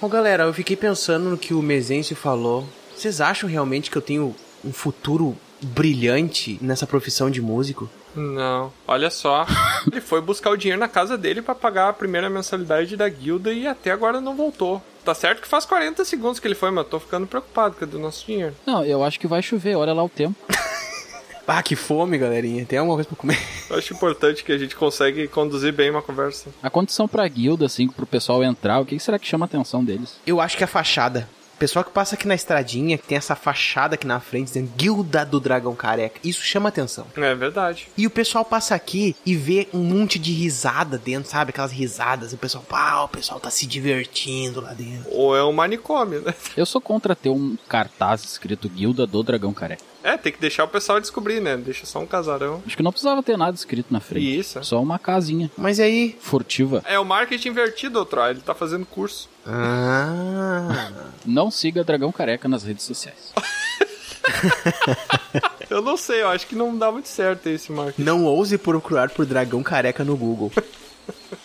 Bom, galera, eu fiquei pensando no que o Mezencio falou. Vocês acham realmente que eu tenho um futuro brilhante nessa profissão de músico? Não, olha só. Ele foi buscar o dinheiro na casa dele pra pagar a primeira mensalidade da guilda e até agora não voltou. Tá certo que faz 40 segundos que ele foi, mas eu tô ficando preocupado. Cadê o nosso dinheiro? Não, eu acho que vai chover, olha lá o tempo. Ah, que fome, galerinha. Tem alguma coisa pra comer? Eu acho importante que a gente consegue conduzir bem uma conversa. A condição pra guilda, assim, pro pessoal entrar, o que que será que chama a atenção deles? Eu acho que é a fachada. Pessoal que passa aqui na estradinha, que tem essa fachada aqui na frente, dizendo Guilda do Dragão Careca. Isso chama atenção. É verdade. E o pessoal passa aqui e vê um monte de risada dentro, sabe? Aquelas risadas. E o pessoal, pau, o pessoal tá se divertindo lá dentro. Ou é um manicômio, né? Eu sou contra ter um cartaz escrito Guilda do Dragão Careca. É, tem que deixar o pessoal descobrir, né? Deixa só um casarão. Acho que não precisava ter nada escrito na frente. Isso. Só uma casinha Mas e aí? furtiva. É o marketing invertido, outro. Ele tá fazendo curso. Ah. Não siga Dragão Careca nas redes sociais. Ah, Eu não sei, eu acho que não dá muito certo esse marketing. Não ouse procurar por Dragão Careca no Google.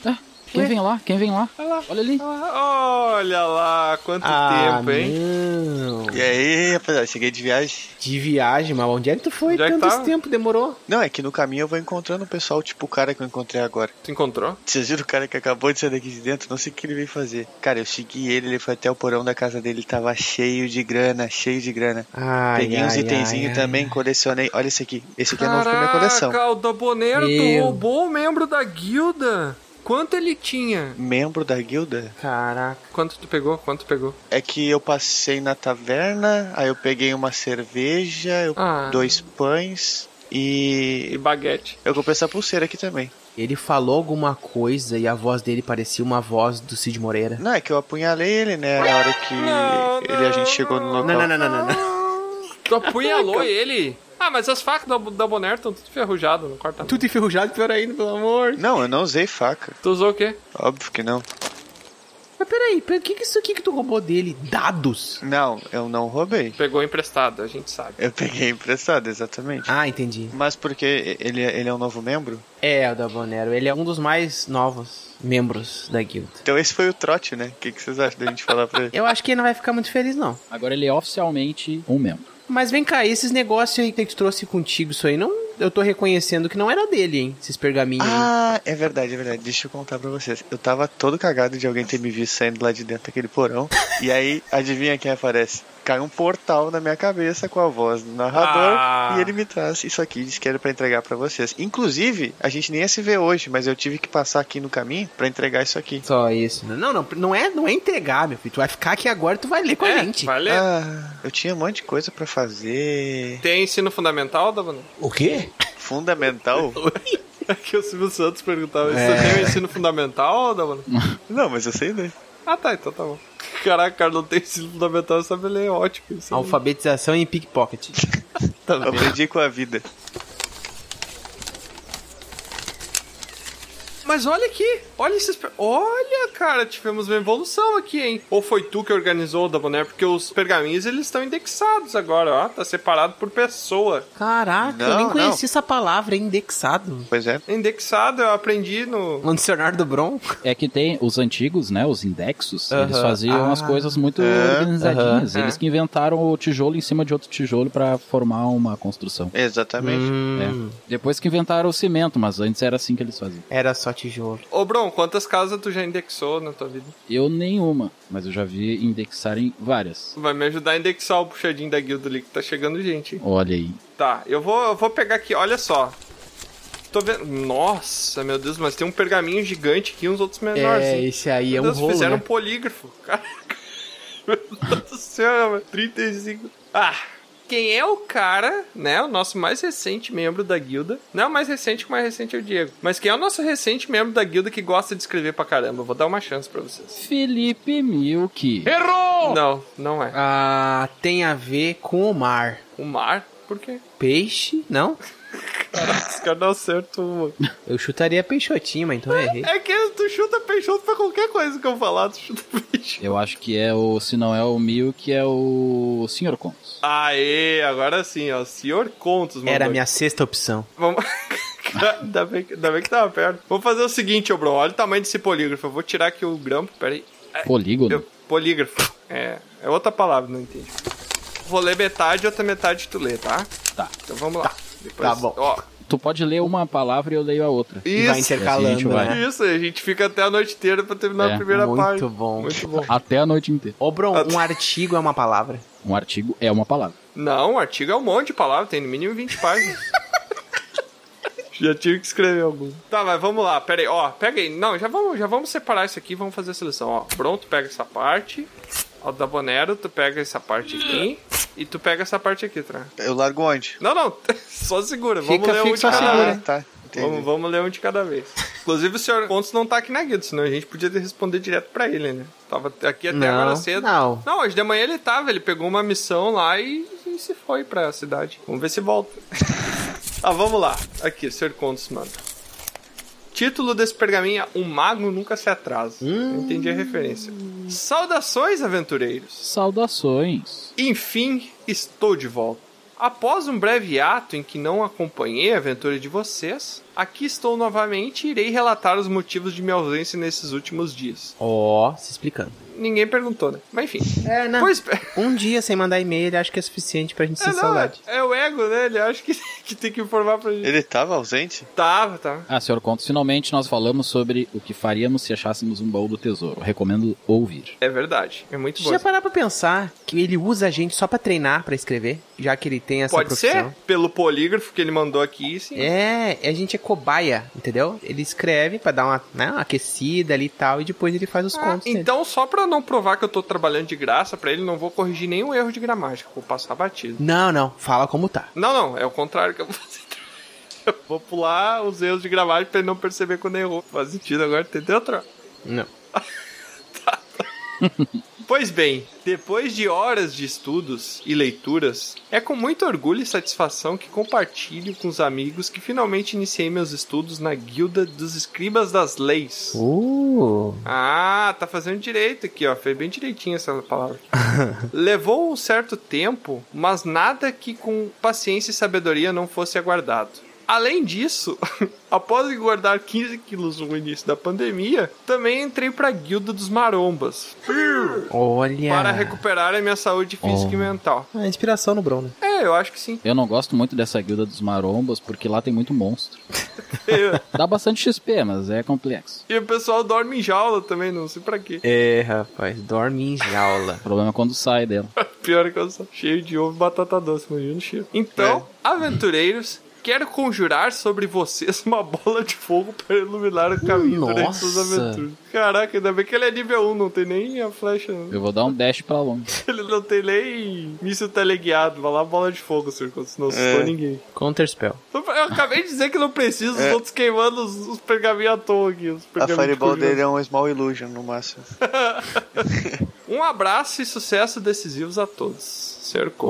Ah, quem vem lá? Quem vem lá? Olha lá. Olha ali. Ah, Olha lá, quanto tempo, hein? Ah, não. E aí, rapaziada, cheguei de viagem. De viagem, mas onde é que tu foi Onde é que tanto tá? esse tempo? Demorou? Não, é que no caminho eu vou encontrando o pessoal, tipo o cara que eu encontrei agora. Tu encontrou? Vocês viram o cara que acabou de sair daqui de dentro? Não sei o que ele veio fazer. Cara, eu segui ele, ele foi até o porão da casa dele, tava cheio de grana, cheio de grana. Ai, Peguei uns ai, itenzinhos ai, também, colecionei. Olha esse aqui. Esse aqui é novo pra minha coleção. o Doboneiro, tu Meu. roubou o um membro da guilda. Quanto ele tinha? Membro da guilda? ai. Caraca. Quanto tu pegou? Quanto tu pegou? É que eu passei na taverna, aí eu peguei uma cerveja, eu- Ah. dois pães E e. baguete. Eu comprei essa pulseira aqui também. Ele falou alguma coisa e a voz dele parecia uma voz do Cid Moreira. Não, é que eu apunhalei ele, né? Na hora que Não, ele a gente chegou no local. Não, não, não, não, não. não. Tu apunhalou ele? Ah, mas as facas do Doboneiro estão tudo ferrujado, não corta. Tu, Tudo enferrujado, pior ainda, pelo amor. Não, eu não usei faca. tu usou o quê? Óbvio que não. Mas peraí, peraí, o que que é isso aqui que tu roubou dele? Dados? Não, eu não roubei. Pegou emprestado, a gente sabe. Eu peguei emprestado, exatamente. Ah, entendi. Mas porque ele, ele é um novo membro? É, o Dabonero, ele é um dos mais novos membros da guilda. Então esse foi o trote, né? O que, que vocês acham da gente falar pra ele? Eu acho que ele não vai ficar muito feliz, não. Agora ele é oficialmente um membro. Mas vem cá, esses negócios aí que tu trouxe contigo, isso aí, não... Eu tô reconhecendo que não era dele, hein? Esses pergaminhos aí. Ah, é verdade, é verdade. Deixa eu contar pra vocês. Eu tava todo cagado de alguém ter me visto saindo lá de dentro daquele porão. E aí, adivinha quem aparece? Cai um portal na minha cabeça com a voz do narrador. Ah. E ele me traz isso aqui, diz que era pra entregar pra vocês. Inclusive, a gente nem ia se ver hoje, mas eu tive que passar aqui no caminho pra entregar isso aqui. Só isso. Não, não, não é, não é entregar, meu filho. Tu vai ficar aqui agora e tu vai ler É, com a gente. Vai ler. Ah, eu tinha um monte de coisa pra fazer. Tem ensino fundamental, Doboneiro? O quê? Fundamental? É que o Silvio Santos perguntava, É. isso tem o ensino fundamental, Doboneiro? Hum. Não, mas eu sei ler. ah, tá, então tá bom. Caraca, cara, não tem ensino fundamental, sabe ler, ótimo. Isso aí. Alfabetização em pickpocket. Eu Aprendi com a vida. Mas olha aqui, olha esses. per- Olha, cara, tivemos uma evolução aqui, hein? Ou foi tu que organizou o Dabonair? Porque os pergaminhos eles estão indexados agora, ó. Tá separado por pessoa. Caraca, eu Não, nem conheci não. essa palavra, é indexado. Pois é. Indexado, eu aprendi no. No dicionário do Bron. É que tem os antigos, né? Os indexos, eles Aham. faziam Ah. as coisas muito É, organizadinhas. aham, Eles é. que inventaram o tijolo em cima de outro tijolo pra formar uma construção. Exatamente. Hum. É. Depois que inventaram o cimento, mas antes era assim que eles faziam. Era só tijolo. Ô, Bron, quantas casas tu já indexou na tua vida? Eu nenhuma, mas eu já vi indexarem várias. Tu vai me ajudar a indexar o puxadinho da guilda ali, que tá chegando gente. Olha aí. Tá, eu vou, eu vou pegar aqui, olha só. Tô vendo. Nossa, meu Deus, mas tem um pergaminho gigante aqui e uns outros menores. É, hein? esse aí é Meu um Deus, rolo, né? fizeram um polígrafo. Caraca. Meu Deus do céu, mano. 35. Ah. Quem é o cara, né? O nosso mais recente membro da guilda. Não é o mais recente, que o mais recente é o Diego. Mas quem é o nosso recente membro da guilda que gosta de escrever pra caramba? Vou dar uma chance pra vocês. Felipe Milk. Não, não é. Ah, tem a ver com o mar. O mar? Por quê? Peixe? Não? Esse cara um não acerta uma. Eu chutaria peixotinho, mas então eu errei. É que tu chuta peixoto pra qualquer coisa que eu falar, tu chuta peixe. Eu acho que é o, se não é o Milk, é o Sr. Contos. Aê, agora sim, ó. Senhor Contos, mano. Era a minha sexta opção. Vamos. Ainda bem, que- ainda bem que tava perto. Vou fazer o seguinte, ô, bro. Olha o tamanho desse polígrafo. Eu vou tirar aqui o grampo. Peraí. Polígono. Eu- Polígrafo. É, é outra palavra, não entendi. Vou ler metade, outra metade tu lê, tá? Tá. Então vamos lá. Depois, tá bom. Ó, Tu pode ler uma palavra e eu leio a outra. E vai isso, intercalando, Assim a gente vai. né? isso, a gente fica até a noite inteira pra terminar a É, primeira muito É, parte. bom. Muito bom. Até a noite inteira. Ô, Bron, Ah, um artigo é uma palavra. Um artigo é uma palavra. Não, o artigo é um monte de palavras, tem no mínimo 20 páginas. já tive que escrever algum. Tá, mas vamos lá, pera aí, ó, pega aí. Não, já vamos, já vamos separar isso aqui, vamos fazer a seleção, ó. Pronto, pega essa parte. Ó, da Bonero, tu pega essa parte aqui. E tu pega essa parte aqui, tá? Eu largo onde? Não, não, só segura, vamos Fica ler um fixo de cada assim, vez. né? tá. Entendi. Vamos, vamos ler um de cada vez. Inclusive o senhor Pontes não tá aqui na guilda, senão a gente podia ter responder direto pra ele, né? Tava aqui até Não, agora cedo. não. hoje de manhã ele tava, ele pegou uma missão lá e, e se foi pra cidade. Vamos ver se volta. ah, vamos lá. Aqui, senhor Pontes, mano. Título desse pergaminho é Um Mago Nunca Se Atrasa. Eu Entendi a referência. Saudações, aventureiros. Saudações. Enfim, estou de volta. Após um breve ato em que não acompanhei a aventura de vocês, aqui estou novamente e irei relatar os motivos de minha ausência nesses últimos dias. Ó, se explicando. Ninguém perguntou, né? Mas enfim. É, né? Pois Um dia sem mandar e-mail, ele acha que é suficiente pra gente é, sentir não, é, saudade. é o ego, né? Ele acha que, que tem que informar pra gente. Tá, Ele tava ausente? Tava, tava. Ah, senhor Contos, finalmente nós falamos sobre o que faríamos se achássemos um baú do tesouro. Recomendo ouvir. É verdade. É muito bom. Já parar pra pensar que ele usa a gente só pra treinar pra escrever, já que ele tem essa Pode profissão. ser? Pelo polígrafo que ele mandou aqui, sim. É, a gente é cobaia, entendeu? Ele escreve pra dar uma, né, uma aquecida ali e tal, e depois ele faz os Ah, contos. dele. então, só pra não provar que eu tô trabalhando de graça pra ele, não vou corrigir nenhum erro de gramática. Vou passar batido. Não, não, fala como tá. Não, não, é o contrário que eu vou fazer. Eu vou pular os erros de gravagem pra ele não perceber quando errou. Faz sentido agora, entendeu, Tro? Não. Tá. Pois bem, depois de horas de estudos e leituras, é com muito orgulho e satisfação que compartilho com os amigos que finalmente iniciei meus estudos na Guilda dos Escribas das Leis. Uh. Ah, tá fazendo direito aqui, ó. Fez bem direitinho essa palavra. Levou um certo tempo, mas nada que com paciência e sabedoria não fosse aguardado. Além disso, após engordar 15 quilos no início da pandemia, também entrei pra Guilda dos Marombas. Olha. Para recuperar a minha saúde física e mental. Ah, inspiração no Bruno. É, eu acho que sim. Eu não gosto muito dessa guilda dos marombas, porque lá tem muito monstro. Dá bastante XP, mas é complexo. E o pessoal dorme em jaula também, não sei pra quê. É, rapaz, dorme em jaula. O problema é quando sai dela. Pior é que eu sou cheio de ovo e batata doce, imagina o cheiro. Então, É. aventureiros, quero conjurar sobre vocês uma bola de fogo para iluminar o caminho durante suas Nossa. aventuras. Caraca, ainda bem que ele é nível 1, não tem nem a flecha. não. Eu vou dar um dash pra longe. Ele não tem nem míssil teleguiado. Vai lá, bola de fogo, senhor, quando não assustou É. ninguém. Counter Spell. Eu acabei de dizer que não preciso, os outros queimando os, os pergaminhos à toa aqui. Os É. A pergaminhos fireball conjurados. dele é um small illusion no máximo. Um abraço e sucesso decisivos a todos, senhor Coates.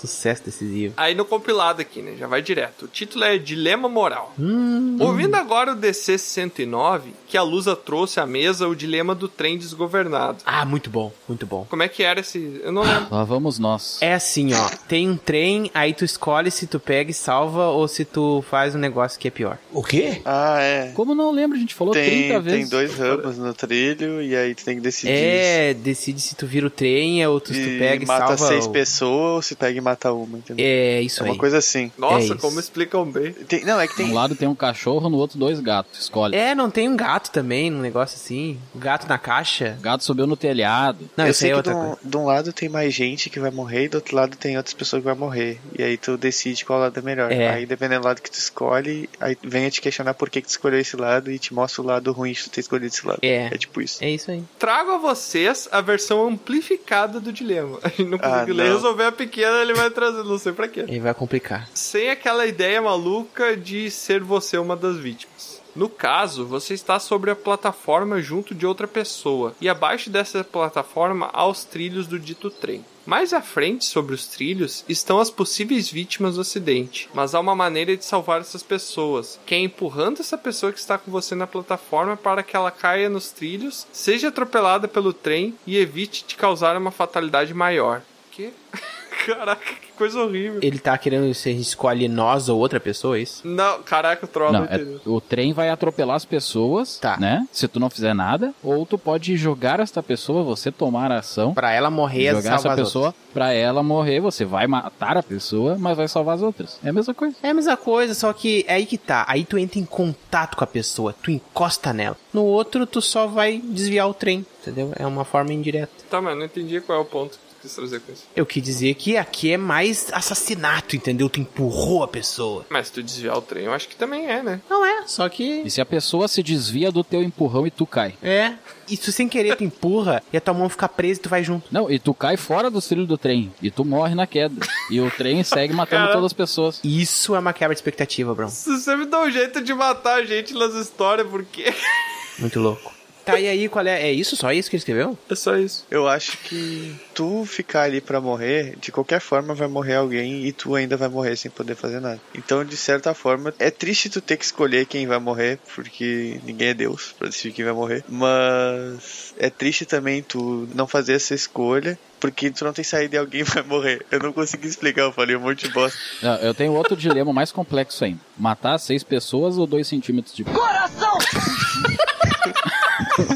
Ó, sucesso decisivo. Aí no compilado aqui, né? Já vai direto. O título é Dilema Moral. Hum. Ouvindo agora o DC 109, que a Lusa trouxe à mesa o dilema do trem desgovernado. Ah, muito bom, muito bom. Como é que era esse. Eu não lembro. Lá vamos nós. É assim, ó. Tem um trem, aí tu escolhe se tu pega e salva ou se tu faz um negócio que é pior. O quê? Ah, é. Como não lembro, a gente falou 30 Tem, vezes. tem dois ramos no trilho e aí tu tem que decidir É, decide se tu vira o trem ou tu, se se tu e pega e mata salva. seis o- pessoas ou se pega e mata uma, entendeu? É, isso É uma aí. coisa assim. É Nossa, isso. como explicam bem. Tem- não, é que tem. Um lado tem um cachorro, no outro dois gatos. Escolhe. É, não tem um gato também, um negócio assim. O gato na caixa. O gato subiu no telhado. Não, eu isso aí sei é que outra de um, coisa. de um lado tem mais gente que vai morrer e do outro lado tem outras pessoas que vai morrer. E aí tu decide qual lado é melhor. É. Aí dependendo do lado que tu escolhe, aí vem a te questionar por que, que tu escolheu esse lado e te mostra o lado ruim de tu ter escolhido esse lado. É. É tipo isso. É isso aí. Trago a vocês a versão amplificada do dilema. A gente não Ah, conseguiu ler. não. resolver a pequena, ele vai trazer, não sei pra quê. Ele vai complicar. Sem aquela ideia maluca de ser você uma das vítimas. No caso, você está sobre a plataforma junto de outra pessoa, e abaixo dessa plataforma há os trilhos do dito trem. Mais à frente, sobre os trilhos, estão as possíveis vítimas do acidente, mas há uma maneira de salvar essas pessoas, que é empurrando essa pessoa que está com você na plataforma para que ela caia nos trilhos, seja atropelada pelo trem e evite te causar uma fatalidade maior. Que? Caraca, que coisa horrível. Ele tá querendo se escolhe nós ou outra pessoa, é isso? Não, caraca, o troll Não, não, é- entendeu. o trem vai atropelar as pessoas, Tá. né? Se tu não fizer nada, ou tu pode jogar esta pessoa, você tomar a ação, Pra ela morrer e jogar salvar essa as pessoa outras. pra ela morrer, você vai matar a pessoa, mas vai salvar as outras. É a mesma coisa. É a mesma coisa, só que é aí que tá. Aí tu entra em contato com a pessoa, tu encosta nela. No outro, tu só vai desviar o trem, entendeu? É uma forma indireta. Tá, mas não entendi qual é o ponto que tu quis trazer com isso. Eu quis dizer que aqui é mais assassinato, entendeu? Tu empurrou a pessoa. Mas se tu desviar o trem, eu acho que também é, né? Não é, só que E se a pessoa se desvia do teu empurrão e tu cai? É. E tu sem querer tu empurra e a tua mão fica presa e tu vai junto. Não, e tu cai fora do trilho do trem. E tu morre na queda. E o trem segue matando Cara. todas as pessoas. Isso é uma quebra de expectativa, Bruno. Se você me dá um jeito de matar a gente nas histórias, por quê? Muito louco. Tá, e aí, qual é? É isso? Só isso que ele escreveu? É só isso. Eu acho que tu ficar ali pra morrer, de qualquer forma vai morrer alguém e tu ainda vai morrer sem poder fazer nada. Então, de certa forma, é triste tu ter que escolher quem vai morrer, porque ninguém é Deus pra decidir quem vai morrer. Mas é triste também tu não fazer essa escolha, porque tu não tem saída e alguém vai morrer. Eu não consegui explicar, eu falei um monte de bosta. Não, eu tenho outro dilema mais complexo ainda. Matar seis pessoas ou dois centímetros de...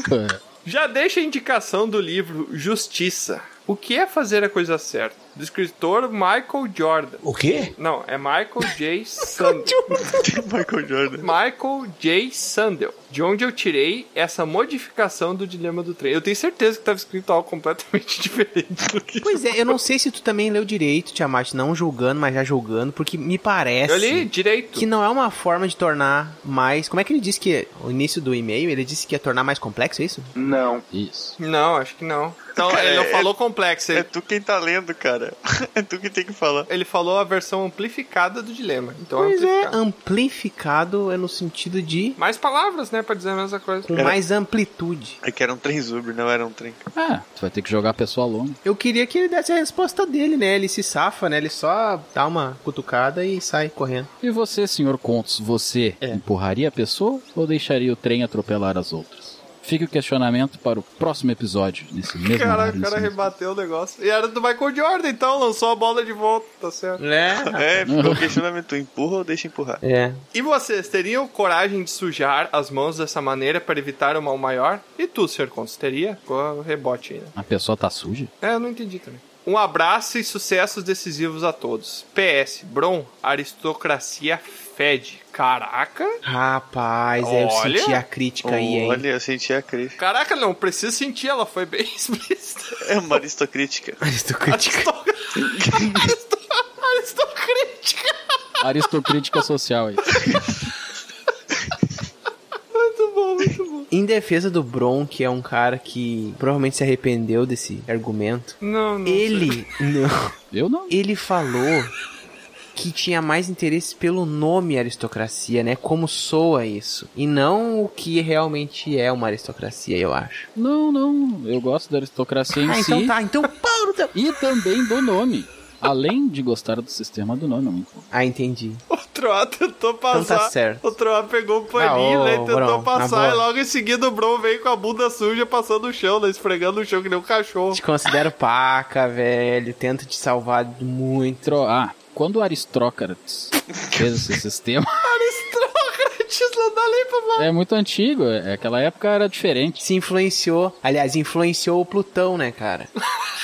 Coração! Já deixa a indicação do livro Justiça. O que é fazer a coisa certa? Do escritor Michael Jordan. O quê? Não, é Michael J. Sandel. Michael Jordan. Michael J. Sandel. De onde eu tirei essa modificação do dilema do trem. Eu tenho certeza que tava escrito algo completamente diferente do que. Pois é, eu não sei se tu também leu direito, Tiamat, não julgando, mas já julgando, porque me parece Eu li direito. É que não é uma forma de tornar mais. Como é que ele disse que. O início do e-mail, ele disse que ia tornar mais complexo, é isso? Isso. Não, acho que não. Então, Cara, ele não é- falou complexo. É Ele, tu quem tá lendo, cara. É tu que tem que falar. ele falou a versão amplificada do dilema. Então, Pois é, amplificado. amplificado é no sentido de. Mais palavras, né, pra dizer a mesma coisa. com mais amplitude. É que era um trem Uber, não era um trem. Ah, tu vai ter que jogar a pessoa longe. Eu queria que ele desse a resposta dele, né? Ele se safa, né? Ele só dá uma cutucada e sai correndo. E você, senhor Contos, você É. empurraria a pessoa ou deixaria o trem atropelar as outras? Fica o questionamento para o próximo episódio, nesse mesmo né? Cara, horário, o nesse cara mesmo- rebateu o negócio. E era do Michael Jordan, então, lançou a bola de volta, tá certo. É, É, ficou o questionamento. Tu empurra ou deixa empurrar? É. E vocês teriam coragem de sujar as mãos dessa maneira para evitar o mal maior? E tu, Sr. Contos, teria? Ficou rebote aí, né? A pessoa tá suja? É, eu não entendi também. Um abraço e sucessos decisivos a todos. PS, Bron, aristocracia fede. Caraca! Rapaz, é, eu Olha. senti a crítica aí, hein? Olha, eu senti a crise. Caraca, não, precisa sentir, ela foi bem explícita. É uma aristocrítica. Aristocrítica. Aristoc- Aristo- Aristocrítica! Aristocrítica social aí. Muito bom, muito bom. Em defesa do Bron, que é um cara que provavelmente se arrependeu desse argumento, Não, não. sei. ele não, Eu não. ele falou que tinha mais interesse pelo nome aristocracia, né? Como soa isso. E não o que realmente é uma aristocracia, eu acho. Não, não. Eu gosto da aristocracia em Ah, si. então tá, então pau no teu... E também do nome. Além de gostar do sistema do nome, é muito bom. Ah, entendi. O Troá tentou passar. Então tá certo. O Troá pegou o paninho, Ah, ô, né? e Tentou Bron, na passar. boa. E logo em seguida o Bron veio com a bunda suja passando o chão, né? Esfregando o chão que nem um cachorro. Te considero paca, velho. Tento te salvar muito. Tro... Ah, quando o Aristócrates fez esse sistema, Aristocrates, não dá nem pra falar. é muito antigo. é- Aquela época era diferente. Se influenciou. Aliás, influenciou o Plutão, né, cara?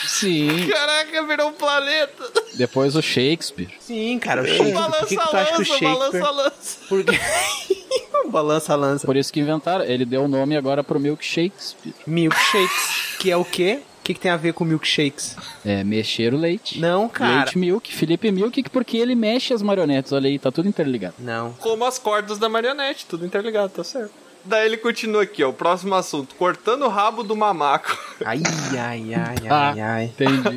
Sim. Caraca, virou um planeta. Depois o Shakespeare. Sim, cara, o Shakespeare. Por que, Balança que a tu acha que o lança, Shakespeare. balança a lança. Por que... balança a lança. Por isso que inventaram. Ele deu o nome agora pro milkshakespeare. Milkshakes. Que é o quê? O que, que tem a ver com milkshakes? É, mexer o leite. Não, cara. Leite Milk, Felipe Milk, que- porque ele mexe as marionetes. Olha aí, tá tudo interligado. Não. Como as cordas da marionete, tudo interligado, tá certo. Daí ele continua aqui, ó. O próximo assunto: cortando o rabo do mamaco. Ai, ai, ai, Ah. ai, ai. Entendi.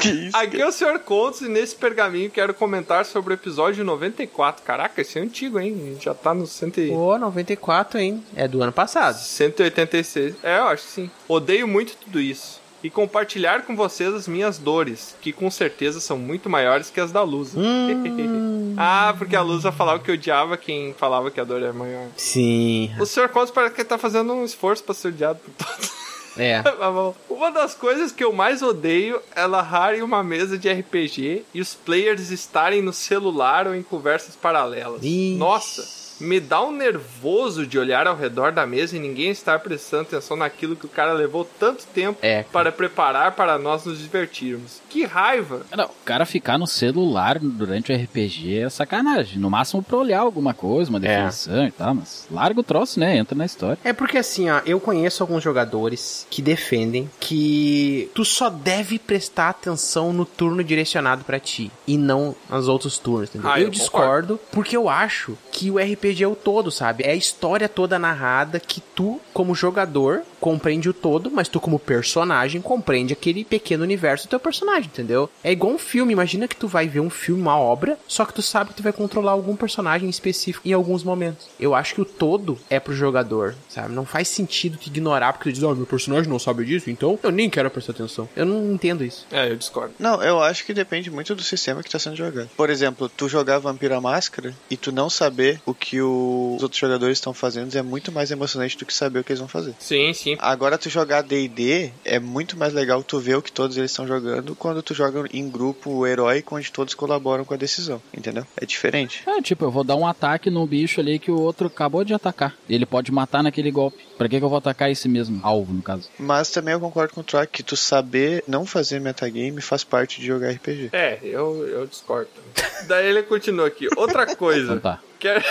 Que isso? Aqui é o Sr. Contos e nesse pergaminho quero comentar sobre o episódio 94. Caraca, esse é antigo, hein? Já tá no 100 e... Pô, 94, hein? É do ano passado. 186. É, eu acho que sim. Odeio muito tudo isso. E compartilhar com vocês as minhas dores, que com certeza são muito maiores que as da Lusa. ah, porque a Lusa falava que odiava quem falava que a dor era maior. Sim. O Sr. Contos parece que tá fazendo um esforço pra ser odiado por todos. É. Tá bom. Uma das coisas que eu mais odeio é larrar em uma mesa de RPG e os players estarem no celular ou em conversas paralelas. Ixi. Nossa! Me dá um nervoso de olhar ao redor da mesa e ninguém estar prestando atenção naquilo que o cara levou tanto tempo É. para preparar para nós nos divertirmos. Que raiva! Não, o cara ficar no celular durante o RPG é sacanagem. No máximo pra olhar alguma coisa, uma definição e tal, mas larga o troço, né? Entra na história. É porque assim, ó, eu conheço alguns jogadores que defendem que tu só deve prestar atenção no turno direcionado pra ti e não nos outros turnos, entendeu? Ah, eu, eu discordo, porque eu acho que o RPG é o todo, sabe? É a história toda narrada que tu, como jogador, compreende o todo, mas tu, como personagem, compreende aquele pequeno universo do teu personagem, entendeu? É igual um filme, imagina que tu vai ver um filme, uma obra, só que tu sabe que tu vai controlar algum personagem específico em alguns momentos. Eu acho que o todo é pro jogador, sabe? Não faz sentido tu ignorar porque tu diz, ó, meu personagem não sabe disso, então eu nem quero prestar atenção. Eu não entendo isso. É, eu discordo. Não, eu acho que depende muito do sistema que tá sendo jogado. Por exemplo, tu jogar Vampira Máscara e tu não saber o que o- os outros jogadores estão fazendo é muito mais emocionante do que saber o que eles vão fazer. Sim, sim. Agora tu jogar D&D é muito mais legal tu ver o que todos eles estão jogando quando tu joga em grupo heróico onde todos colaboram com a decisão, entendeu? É diferente. É, tipo, eu vou dar um ataque no bicho ali que o outro acabou de atacar. Ele pode matar naquele golpe. Pra que, que eu vou atacar esse mesmo alvo, no caso? Mas também eu concordo com o Track que tu saber não fazer metagame faz parte de jogar RPG. É, eu, eu discordo. também. Daí ele continua aqui. Outra Então coisa. tá. Quer,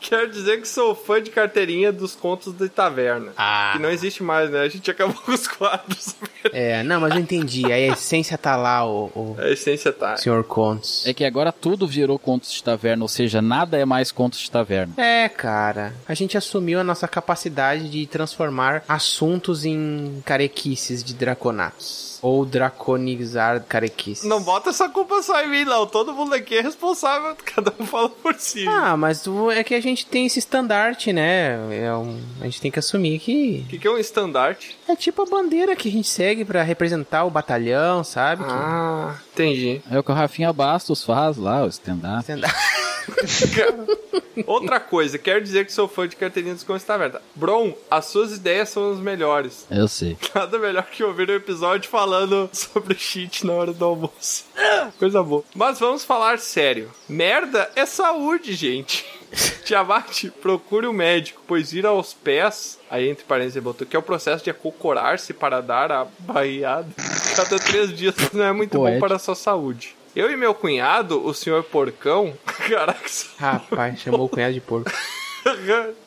quer dizer que sou fã de carteirinha dos contos da taverna. Ah. Que não existe mais, né? A gente acabou com os quadros. É, não, mas eu entendi. A essência tá lá, o, o A essência tá. senhor Contos. É que agora tudo virou contos de taverna, ou seja, nada é mais contos de taverna. É, cara. A gente assumiu a nossa capacidade de transformar assuntos em carequices de draconatos. Ou draconizar carequices. Não bota essa culpa só em mim, não. Todo mundo aqui é responsável. Cada um fala por si. Ah, mas tu- é que a gente tem esse estandarte, né? É um- a gente tem que assumir que O que, que é um estandarte? é tipo a bandeira que a gente segue pra representar o batalhão, sabe? Que- Ah, entendi. É o que o Rafinha Bastos faz lá, o stand-up. Estandarte. Outra coisa, quer dizer que sou fã de carteirinha dos contos da taverna. Bron, as suas ideias são as melhores. Eu sei. Nada melhor que ouvir um episódio falando sobre cheat na hora do almoço. Coisa boa. Mas vamos falar sério. Merda é saúde, gente. Tiamat, procure o médico, pois ir aos pés, aí entre parênteses ele botou, que é o processo de acocorar-se para dar a baiada cada três dias, não é muito bom Poético. para a sua saúde. Eu e meu cunhado, o senhor Porcão, caraca, isso Rapaz, chamou o cunhado de porco.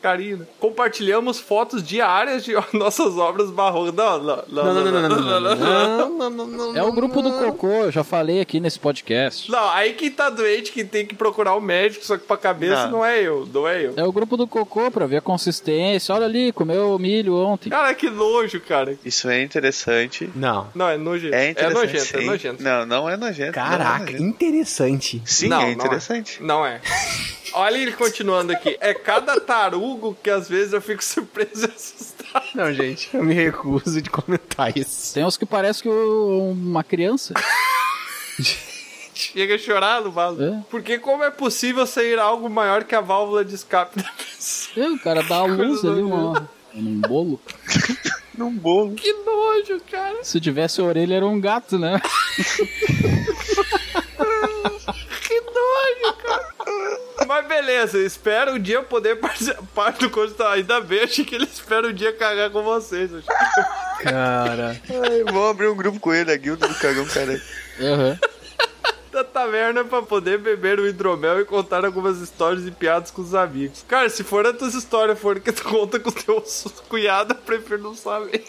Karina. Compartilhamos fotos diárias de nossas obras barro. Não, não, Não, não, não, não, não, não, não, não, não. não, não, não, É o não, grupo do não. Cocô, eu já falei aqui nesse podcast. Não, aí quem tá doente que tem que procurar o médico, só que pra cabeça não, Não. é eu, não é eu. É o grupo do Cocô pra ver a consistência. Olha ali, comeu milho ontem. Cara, que nojo, cara. Isso é interessante. Não. Não, é nojento. É interessante. nojento, é sim. nojento. Não, não é nojento. não é Caraca, nojento. interessante. Sim, Não, é não interessante. Não é. Olha ele continuando aqui. É cada tarugo que às vezes eu fico surpreso e assustado. Não, gente, eu me recuso de comentar isso. Tem uns que parece que o- uma criança. Chega a chorar no vaso. É. Porque como é possível sair algo maior que a válvula de escape da pessoa? É, o cara dá a luz ali, uma, um bolo. Num bolo. Que nojo, cara. Se tivesse orelha, era um gato, né? Que nojo, cara. Mas beleza, espero um dia eu poder participar do curso. Tá, Ainda bem, achei que ele espera um dia cagar com vocês. Acho que- Cara. Ai, vamos abrir um grupo com ele, a guilda do cagão careca. Aham. Da taverna pra poder beber o hidromel e contar algumas histórias e piadas com os amigos. Cara, se for as tuas histórias, for que tu conta com teu cunhado, eu prefiro não saber.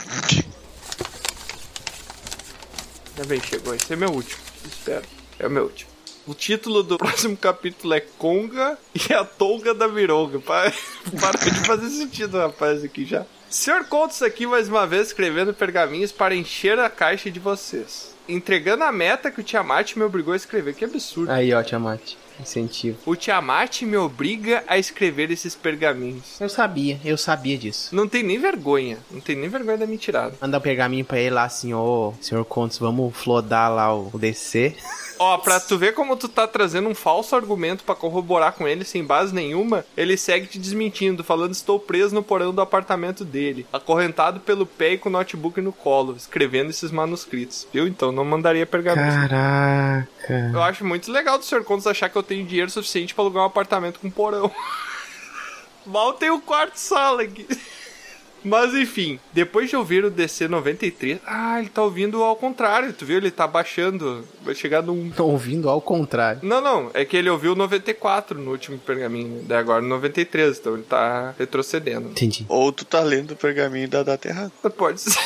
Ainda bem, chegou. Esse é meu último. Espero. É o meu último. O título do próximo capítulo é Conga e a Tonga da Mironga. Pa- Para de fazer sentido, rapaz, aqui já. Senhor Contos aqui mais uma vez escrevendo pergaminhos para encher a caixa de vocês. Entregando a meta que o Tiamat me obrigou a escrever. Que absurdo. Aí, ó, Tiamat. Incentivo. O Tiamat me obriga a escrever esses pergaminhos. Eu sabia, eu sabia disso. Não tem nem vergonha. Não tem nem vergonha da minha tirada. Mandar um pergaminho pra ele lá assim, ô, senhor Contos, vamos flodar lá o o DC. Ó, pra tu ver como tu tá trazendo um falso argumento pra corroborar com ele sem base nenhuma, ele segue te desmentindo, falando estou preso no porão do apartamento dele, acorrentado pelo pé e com o notebook no colo, escrevendo esses manuscritos. Viu? Então não mandaria pergaminhos. Caraca. Eu acho muito legal do Sr. Contos achar que eu tenho dinheiro suficiente pra alugar um apartamento com porão. Mal tem o quarto sala aqui. Mas enfim, depois de ouvir o DC 93, ah, ele tá ouvindo ao contrário, tu viu? Ele tá baixando, vai chegar no 1. Tô ouvindo ao contrário. Não, não, é que ele ouviu o 94 no último pergaminho, né? daí agora o 93, então ele tá retrocedendo. Entendi. Ou tu tá lendo o pergaminho da data errada. Pode ser.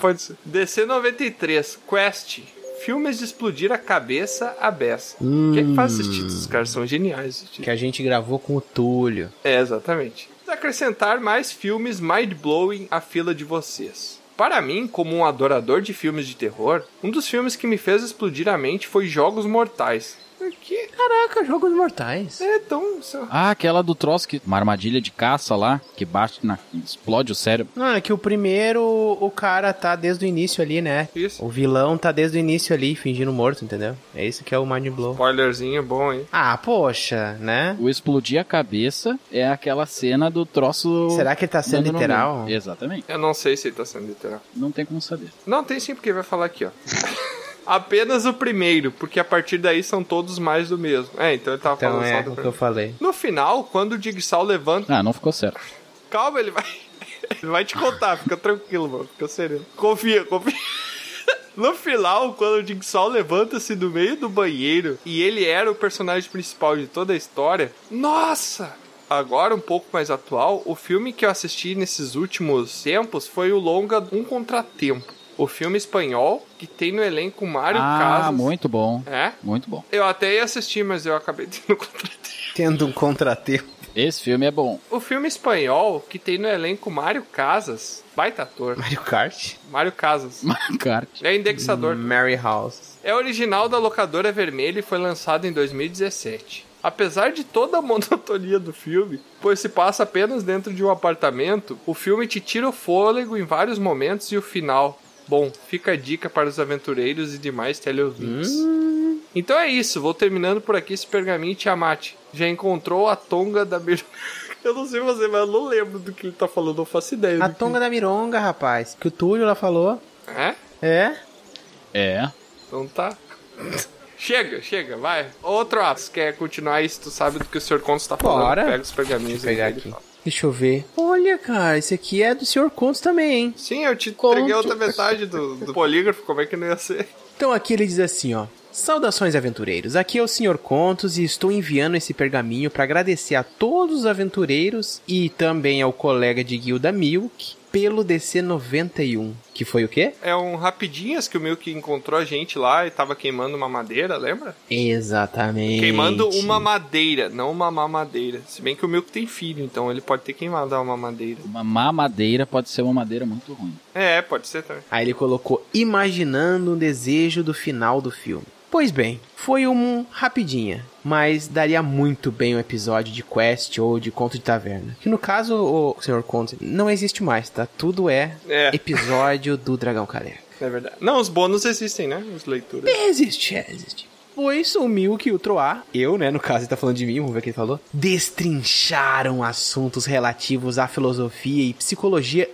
Pode ser. DC 93, Quest. Filmes de explodir a cabeça a beça. O que é que faz esses títulos? Os caras são geniais. esses títulos. Que a gente gravou com o Túlio. É, exatamente. Acrescentar mais filmes mind-blowing à fila de vocês. Para mim, como um adorador de filmes de terror, um dos filmes que me fez explodir a mente foi Jogos Mortais. Que Caraca, Jogos Mortais. é tão... sei lá. Ah, aquela do troço que. Uma armadilha de caça lá, que bate na. explode o cérebro. Não, é que o primeiro, o cara tá desde o início ali, né? Isso. O vilão tá desde o início ali, fingindo morto, entendeu? É isso que é o Mind Blow. Spoilerzinho bom, hein? Ah, poxa, né? O explodir a cabeça é aquela cena do troço. Será que ele tá sendo Não, não, não. literal? Exatamente. Eu não sei se ele tá sendo literal. Não tem como saber. Não, tem sim, porque vai falar aqui, ó. Apenas o primeiro, porque a partir daí são todos mais do mesmo. É, então ele tava Então falando é só do o que eu primeiro. falei. No final, quando o Digsal levanta Ah, não ficou certo. Calma, ele vai. Ele vai te contar, fica tranquilo, mano. Fica sereno. Confia, confia. No final, quando o Jigsaw levanta-se do meio do banheiro e ele era o personagem principal de toda a história, nossa! Agora, um pouco mais atual, o filme que eu assisti nesses últimos tempos foi o longa Um Contratempo. O filme espanhol que tem no elenco Mário Ah, Casas. muito bom. É? Muito bom. Eu até ia assistir, mas eu acabei tendo contratempo. Tendo um contratempo. Esse filme é bom. O filme espanhol que tem no elenco Mário Casas, baita ator. Mario Kart? Mário Casas. Kart. É indexador. Mary House. É original da locadora vermelha e foi lançado em 2017. Apesar de toda a monotonia do filme, pois se passa apenas dentro de um apartamento, o filme te tira o fôlego em vários momentos e o final. Bom, fica a dica para os aventureiros e demais teleouvintes. Hum. Então é isso, vou terminando por aqui esse pergaminho Tiamat. Já encontrou a tonga da Mir... Eu não sei você, mas eu não lembro do que ele tá falando, não faço ideia. A do que- tonga da mironga, rapaz. Que o Túlio lá falou. É? É? É. Então tá. Chega, chega, vai. Outro Atos, quer continuar isso? Tu sabe do que o Sr. Contos tá falando? Bora. Pega os pergaminhos Deixa eu pegar aí, ele aqui. fala. Deixa eu ver. Olha, cara, esse aqui é do Sr. Contos também, hein? Sim, eu te Conte. entreguei a outra metade do, do polígrafo, como é que não ia ser? Então aqui ele diz assim, ó. Saudações aventureiros, aqui é o Sr. Contos e estou enviando esse pergaminho para agradecer a todos os aventureiros e também ao colega de guilda Milk pelo DC 91, que foi o quê? É um rapidinhas que o Milk encontrou a gente lá e tava queimando uma madeira, lembra? Exatamente. Queimando uma madeira, não uma mamadeira. Se bem que o Milk tem filho, então ele pode ter queimado uma madeira. Uma má madeira pode ser uma madeira muito ruim. É, pode ser também. Aí ele colocou imaginando um desejo do final do filme. Pois bem, foi um rapidinha, mas daria muito bem um episódio de quest ou de conto de taverna. Que no caso, o Sr. Contos não existe mais, tá? Tudo é, É. episódio do Dragão Careca. É verdade. Não, os bônus existem, né? Os leituras. Existe, é, existe. Pois o Milk e o Troá, eu, né, no caso ele tá falando de mim, vamos ver o que ele falou, destrincharam assuntos relativos à filosofia e psicologia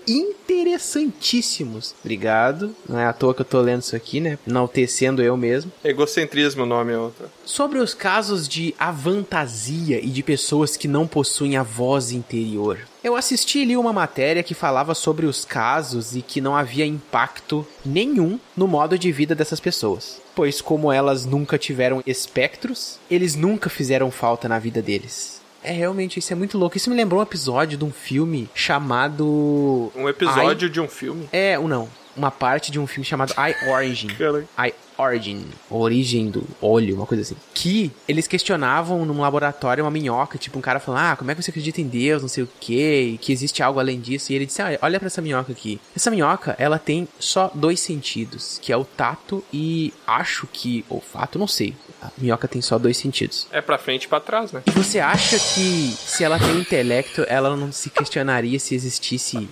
interessantíssimos. Obrigado. Não é à toa que eu tô lendo isso aqui, né? Enaltecendo eu mesmo. Egocentrismo o nome é outro. Sobre os casos de avantasia e de pessoas que não possuem a voz interior. Eu assisti ali uma matéria que falava sobre os casos e que não havia impacto nenhum no modo de vida dessas pessoas. Pois, como elas nunca tiveram espectros, eles nunca fizeram falta na vida deles. É realmente, isso é muito louco. Isso me lembrou um episódio de um filme chamado. Um episódio de um filme. I... É, ou não. Uma parte de um filme chamado I Origin. Caraca. I Origin, origem do olho, uma coisa assim. Que eles questionavam num laboratório uma minhoca, tipo um cara falando, ah, como é que você acredita em Deus, não sei o quê, e que existe algo além disso. E ele disse, ah, olha pra essa minhoca aqui. Essa minhoca, ela tem só dois sentidos, que é o tato e acho que olfato, não sei. A minhoca tem só dois sentidos. É pra frente e pra trás, né? E você acha que se ela tem intelecto, ela não se questionaria se existisse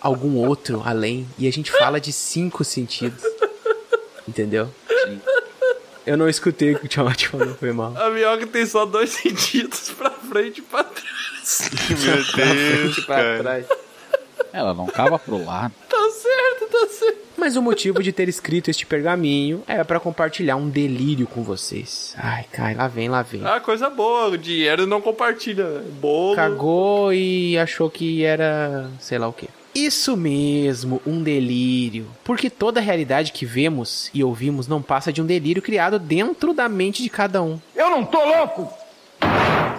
algum outro além? E a gente fala de cinco sentidos. Entendeu? Eu não escutei o que o Tiamat falou, foi mal. A minhoca tem só dois sentidos pra frente e pra trás. Meu Deus, pra cara. trás. Ela não cava pro lado. Tá certo, tá certo. Mas o motivo de ter escrito este pergaminho é pra compartilhar um delírio com vocês. Ai, cara, lá vem, lá vem. Ah, coisa boa. O dinheiro não compartilha. né? Bolo. Cagou e achou que era sei lá o quê. Isso mesmo, um delírio. Porque toda a realidade que vemos e ouvimos não passa de um delírio criado dentro da mente de cada um. Eu não tô louco!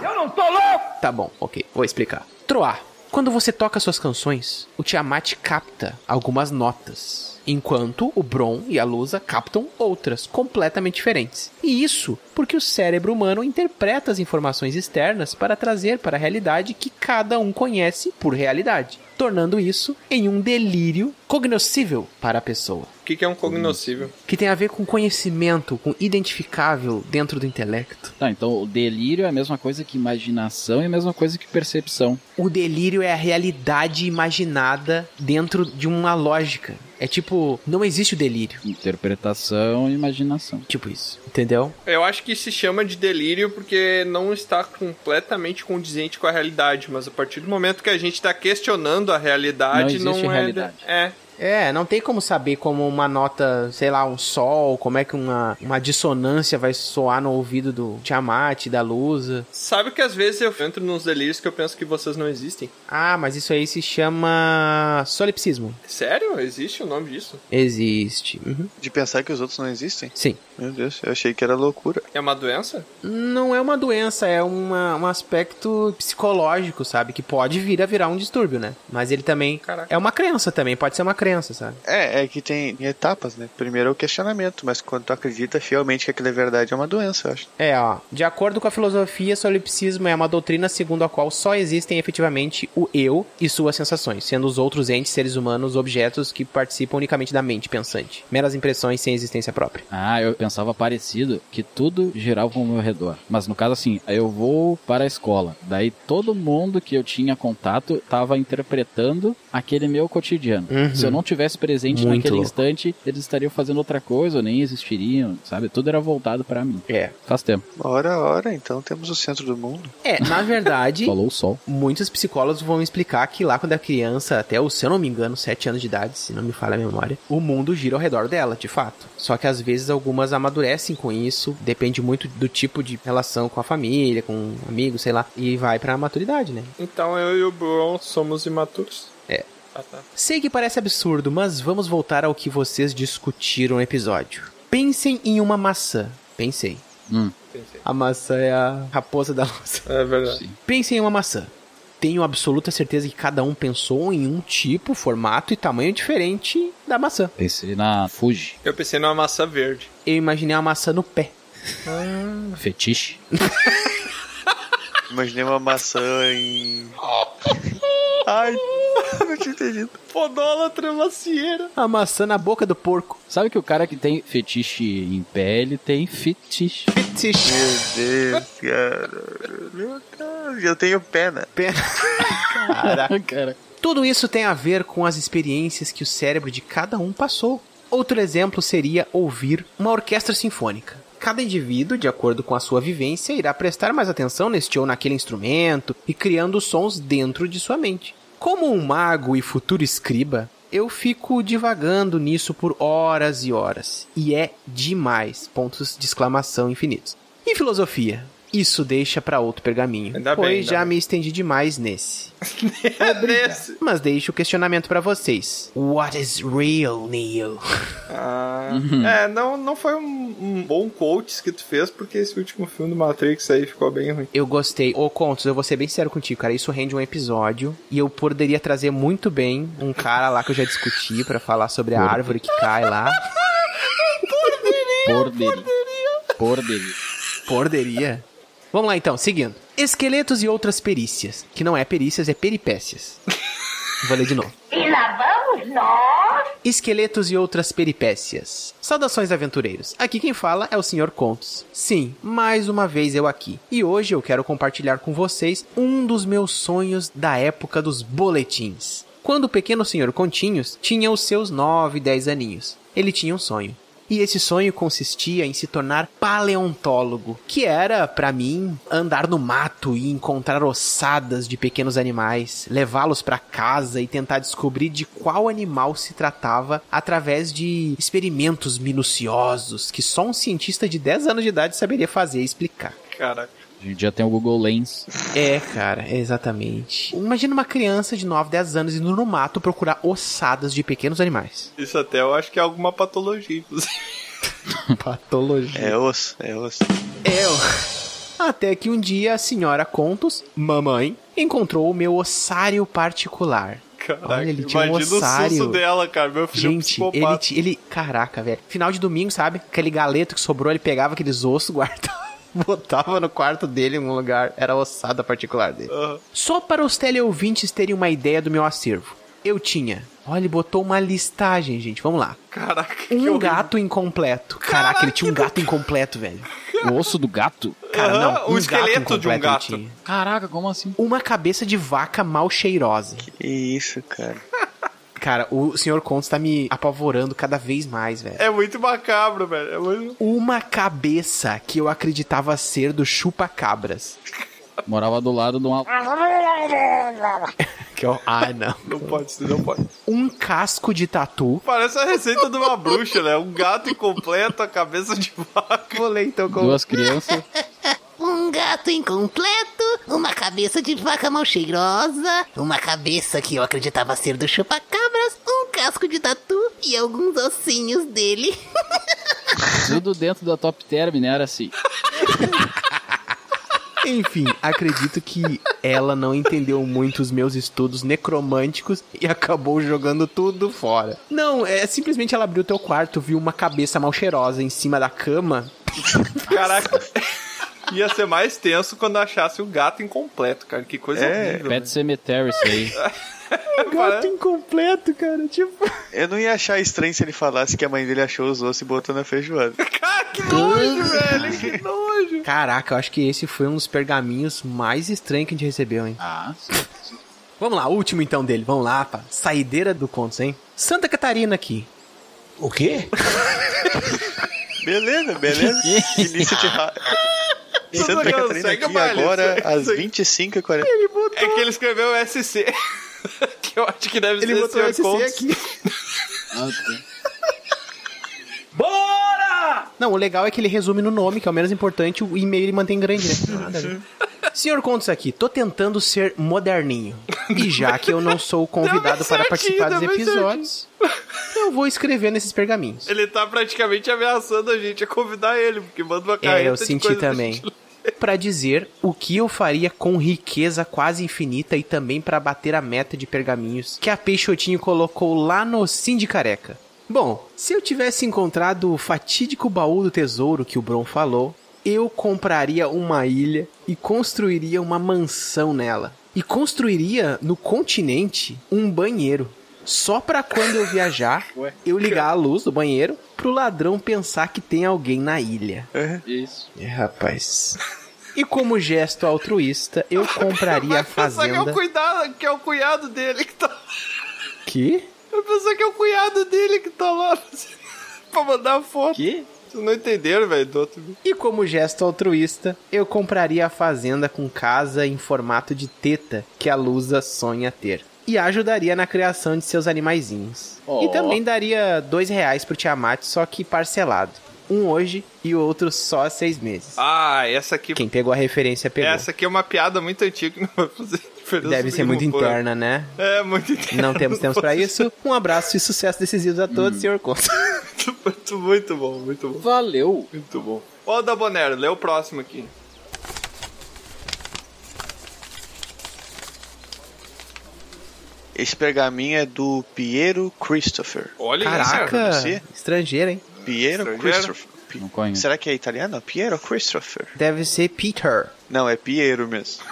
Eu não tô louco! Tá bom, ok, vou explicar. Troar. Quando você toca suas canções, o Tiamat capta algumas notas, enquanto o Bron e a Lusa captam outras, completamente diferentes. E isso porque o cérebro humano interpreta as informações externas para trazer para a realidade que cada um conhece por realidade, tornando isso em um delírio cognoscível para a pessoa O que, que é um cognoscível? que tem a ver com conhecimento, com identificável dentro do intelecto. Tá, então o delírio é a mesma coisa que imaginação e a mesma coisa que percepção. O delírio é a realidade imaginada dentro de uma lógica. É tipo, não existe o delírio. Interpretação e imaginação. Tipo isso, entendeu? Eu acho que se chama de delírio porque não está completamente condizente com a realidade, mas a partir do momento que a gente está questionando a realidade, Não não, existe é. realidade. É. É, não tem como saber como uma nota, sei lá, um sol, como é que uma, uma dissonância vai soar no ouvido do Tiamat, da Lusa. Sabe que às vezes eu entro nos delírios que eu penso que vocês não existem. Ah, mas isso aí se chama solipsismo. Sério? Existe o nome disso? Existe. Uhum. De pensar que os outros não existem? Sim. Meu Deus, eu achei que era loucura. É uma doença? Não é uma doença, é uma, um aspecto psicológico, sabe? Que pode vir a virar um distúrbio, né? Mas ele também. Caraca. É uma crença também, pode ser uma crença, sabe? É, é que tem etapas, né? Primeiro é o questionamento, mas quando tu acredita fielmente que aquilo é verdade, é uma doença, eu acho. É, ó. De acordo com a filosofia, solipsismo é uma doutrina segundo a qual só existem efetivamente o eu e suas sensações, sendo os outros entes, seres humanos, objetos que participam unicamente da mente pensante. Meras impressões sem existência própria. Ah, eu pensava parecido, que tudo girava ao meu redor. Mas no caso, assim, eu vou para a escola. Daí todo mundo que eu tinha contato tava interpretando aquele meu cotidiano. Uhum. Se eu não tivesse presente Muito naquele louco. instante, eles estariam fazendo outra coisa, ou nem existiriam, sabe? Tudo era voltado para mim. É. Faz tempo. Ora, ora, então temos o centro do mundo. É, na verdade. Falou o sol. Muitos psicólogos vão explicar que lá quando a criança, até o, se eu não me engano, 7 anos de idade, se não me falha a memória, o mundo gira ao redor dela, de fato. Só que às vezes algumas amadurecem com isso, depende muito do tipo de relação com a família, com amigos, sei lá, e vai pra maturidade, né? Então eu e o Bron somos imaturos. É. Ah, tá. Sei que parece absurdo, mas vamos voltar ao que vocês discutiram no episódio. Pensem em uma maçã. Pensei. Hum. Pensei. A maçã é a raposa da luz. É verdade. Pensem em uma maçã. Tenho absoluta certeza que cada um pensou em um tipo, formato e tamanho diferente da maçã. Pensei na Fuji. Eu pensei numa maçã verde. Eu imaginei uma maçã no pé. Fetiche. Imaginei uma maçã em. Ai, não tinha entendido. Podólatra macieira. A maçã na boca do porco. Sabe que o cara que tem fetiche em pele tem fetiche. Fetiche. Meu Deus, cara. Meu Deus, eu tenho pena. cara. Tudo isso tem a ver com as experiências que o cérebro de cada um passou. Outro exemplo seria ouvir uma orquestra sinfônica. Cada indivíduo, de acordo com a sua vivência, irá prestar mais atenção neste ou naquele instrumento e criando sons dentro de sua mente. Como um mago e futuro escriba, eu fico divagando nisso por horas e horas. E é demais. Pontos de exclamação infinitos. E filosofia? Isso deixa pra outro pergaminho, Ainda bem, pois ainda já bem. me estendi demais nesse. É Nesse. Mas deixo o questionamento pra vocês. What is real, Neil? Ah, Uhum. É, não, não foi um, um bom coach que tu fez, porque esse último filme do Matrix aí ficou bem ruim. Eu gostei. Ô, Contos, eu vou ser bem sério contigo, cara. Isso rende um episódio. E eu poderia trazer muito bem um cara lá que eu já discuti pra falar sobre a árvore que cai lá. Por dele. Por dele. Poderia. Vamos lá então, seguindo. Esqueletos e outras perícias. Que não é perícias, é peripécias. Vou ler de novo. E lá vamos nós. Esqueletos e outras peripécias. Saudações, aventureiros. Aqui quem fala é o Sr. Contos. Sim, mais uma vez eu aqui. E hoje eu quero compartilhar com vocês um dos meus sonhos da época dos boletins. Quando o pequeno Sr. Continhos tinha os seus 9, 10 aninhos, ele tinha um sonho. E esse sonho consistia em se tornar paleontólogo, que era, pra mim, andar no mato e encontrar ossadas de pequenos animais, levá-los pra casa e tentar descobrir de qual animal se tratava através de experimentos minuciosos que só um cientista de 10 anos de idade saberia fazer e explicar. Cara, Hoje em dia tem o Google Lens. É, cara, exatamente. Imagina uma criança de 9, 10 anos indo no mato procurar ossadas de pequenos animais. isso até eu acho que é alguma patologia, inclusive. Patologia. É osso, é osso. Eu. Até que um dia a senhora Contos, mamãe, encontrou o meu ossário particular. Caraca, Olha, ele tinha um imagina o ossário. susto dela, cara. Meu filho Gente, é um ele, psicopata. ti- ele. Caraca, velho. Final de domingo, sabe? Aquele galeto que sobrou, ele pegava aqueles ossos, guardava. Botava no quarto dele em um lugar, era a ossada particular dele. Aham. Só para os teleouvintes terem uma ideia do meu acervo. Eu tinha. Olha, ele botou uma listagem, gente. Vamos lá. Caraca, que Um horrível. gato incompleto. Caraca, ele tinha um gato incompleto, velho. O osso do gato? Cara, Aham, não, um um, esqueleto gato de um incompleto gato. ele tinha. Caraca, como assim? Uma cabeça de vaca mal cheirosa. Que isso, cara. Cara, o senhor Contos tá me apavorando cada vez mais, velho. É muito macabro, velho. É muito... Uma cabeça que eu acreditava ser do chupa-cabras. Morava do lado de uma. Que eu... Ah, não. Não pode, isso não pode. Um casco de tatu. Parece a receita de uma bruxa, né? Um gato incompleto, a cabeça de vaca. Vou ler então como... Duas crianças. Um gato incompleto, uma cabeça de vaca mal cheirosa, uma cabeça que eu acreditava ser do chupacabras, um casco de tatu e alguns ossinhos dele. Tudo dentro da top term, né? Era assim. Enfim, acredito que ela não entendeu muito os meus estudos necromânticos e acabou jogando tudo fora. Não, é simplesmente ela abriu teu quarto, viu uma cabeça mal cheirosa em cima da cama. Caraca. Ia ser mais tenso quando achasse o gato incompleto, cara. Que coisa É. horrível. Pet Cemetery, isso aí. Gato incompleto, cara. Tipo. Eu não ia achar estranho se ele falasse que a mãe dele achou os ossos e botou na feijoada. Cara, que nojo, velho. Que nojo. Caraca, eu acho que esse foi um dos pergaminhos mais estranhos que a gente recebeu, hein? Ah, Vamos lá, último então dele. Vamos lá, pá. Saideira do Contos, hein? Santa Catarina aqui. O quê? Beleza, beleza. Início de ra... Tudo Santa legal, Catarina segue aqui o baile, segue, agora às segue. 25h40. É que ele escreveu SC. que eu acho que deve ser Sr. Contos. ah, tá. Não, o legal é que ele resume no nome, que é o menos importante, o e-mail ele mantém grande, né? Nada, né? Senhor Contos aqui, tô tentando ser moderninho. E já que eu não sou o convidado para certinho, participar dos deu bem episódios, eu vou escrever nesses pergaminhos. Ele tá praticamente ameaçando a gente a convidar ele, porque manda uma carreta É, eu de senti coisa também. Pra dizer o que eu faria com riqueza quase infinita e também pra bater a meta de pergaminhos que a Peixotinho colocou lá no Cindy Careca. Bom, se eu tivesse encontrado o fatídico baú do tesouro que o Bron falou, eu compraria uma ilha e construiria uma mansão nela. E construiria no continente um banheiro. Só pra quando eu viajar, eu ligar a luz do banheiro pro ladrão pensar que tem alguém na ilha. Isso. É, rapaz. E como gesto altruísta, eu compraria a Pensar que é, o fazenda. cuidado, que é o cunhado dele que tá. Que? Eu pensar que é o cunhado dele que tá lá pra mandar a foto. Que? Vocês não entenderam, velho, do outro. E como gesto altruísta, eu compraria a fazenda com casa em formato de teta que a Lusa sonha ter. E a ajudaria na criação de seus animaizinhos. Oh. E também daria dois reais pro Tiamat, só que parcelado. Um hoje e o outro só há seis meses. Ah, essa aqui. Quem pegou a referência pegou. Essa aqui é uma piada muito antiga que não vai fazer diferença. Deve ser muito nenhuma, pô. interna, né? É, muito interna. Não temos tempo pra isso. Um abraço e sucesso decisivos a todos, senhor Conta. muito, muito bom, muito bom, Valeu. muito bom. Ó, da Bonero, lê o próximo aqui. Esse pergaminho é do Piero Christopher. Olha Caraca, Você? estrangeiro, hein? Piero Estrangeiro? Christopher. Pi- Não conheço. Será que é italiano? Piero Christopher. Deve ser Peter. Não, é Piero mesmo.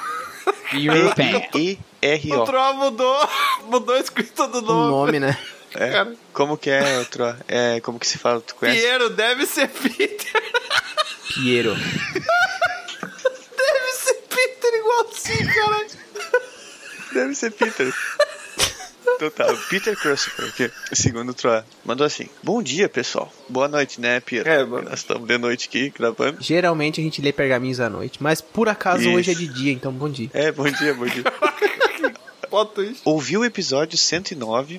é Peter Pan. isso. O E-R-O. Troll mudou, mudou a escrita do O nome. nome, né? É. Como que é, outro? É, como que se fala? Tu conhece? Piero deve ser Peter. Piero. Deve ser Peter igualzinho, cara. Deve ser Peter. Então tá, o Peter Christopher, que é o segundo Troá, mandou assim: Bom dia, pessoal. Boa noite, né, Peter? É, mano. Nós estamos de noite aqui gravando. Geralmente a gente lê pergaminhos à noite, mas por acaso Isso. hoje é de dia, então bom dia. É, bom dia, bom dia. Plot twist. Ouvi o episódio 109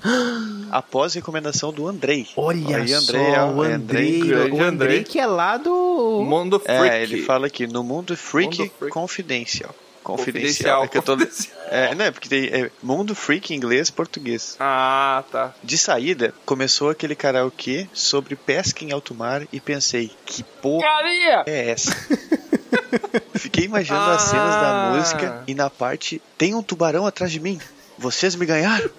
após recomendação do Andrei. Olha Aí, só, Andrei, o é, Andrei, Andrei, grande o Andrei Andrei. que é lá do... Mundo É, freak. ele fala aqui: No mundo freak, Mundo freak. confidencial. Confidencial. Confidencial. É que eu tô. confidencial. É, né? Porque tem é, mundo freak em inglês, português. Ah, tá. De saída, começou aquele karaokê sobre pesca em alto mar e pensei, que porra Carinha! é essa? Fiquei imaginando as cenas da Ah. música e na parte tem um tubarão atrás de mim. Vocês me ganharam?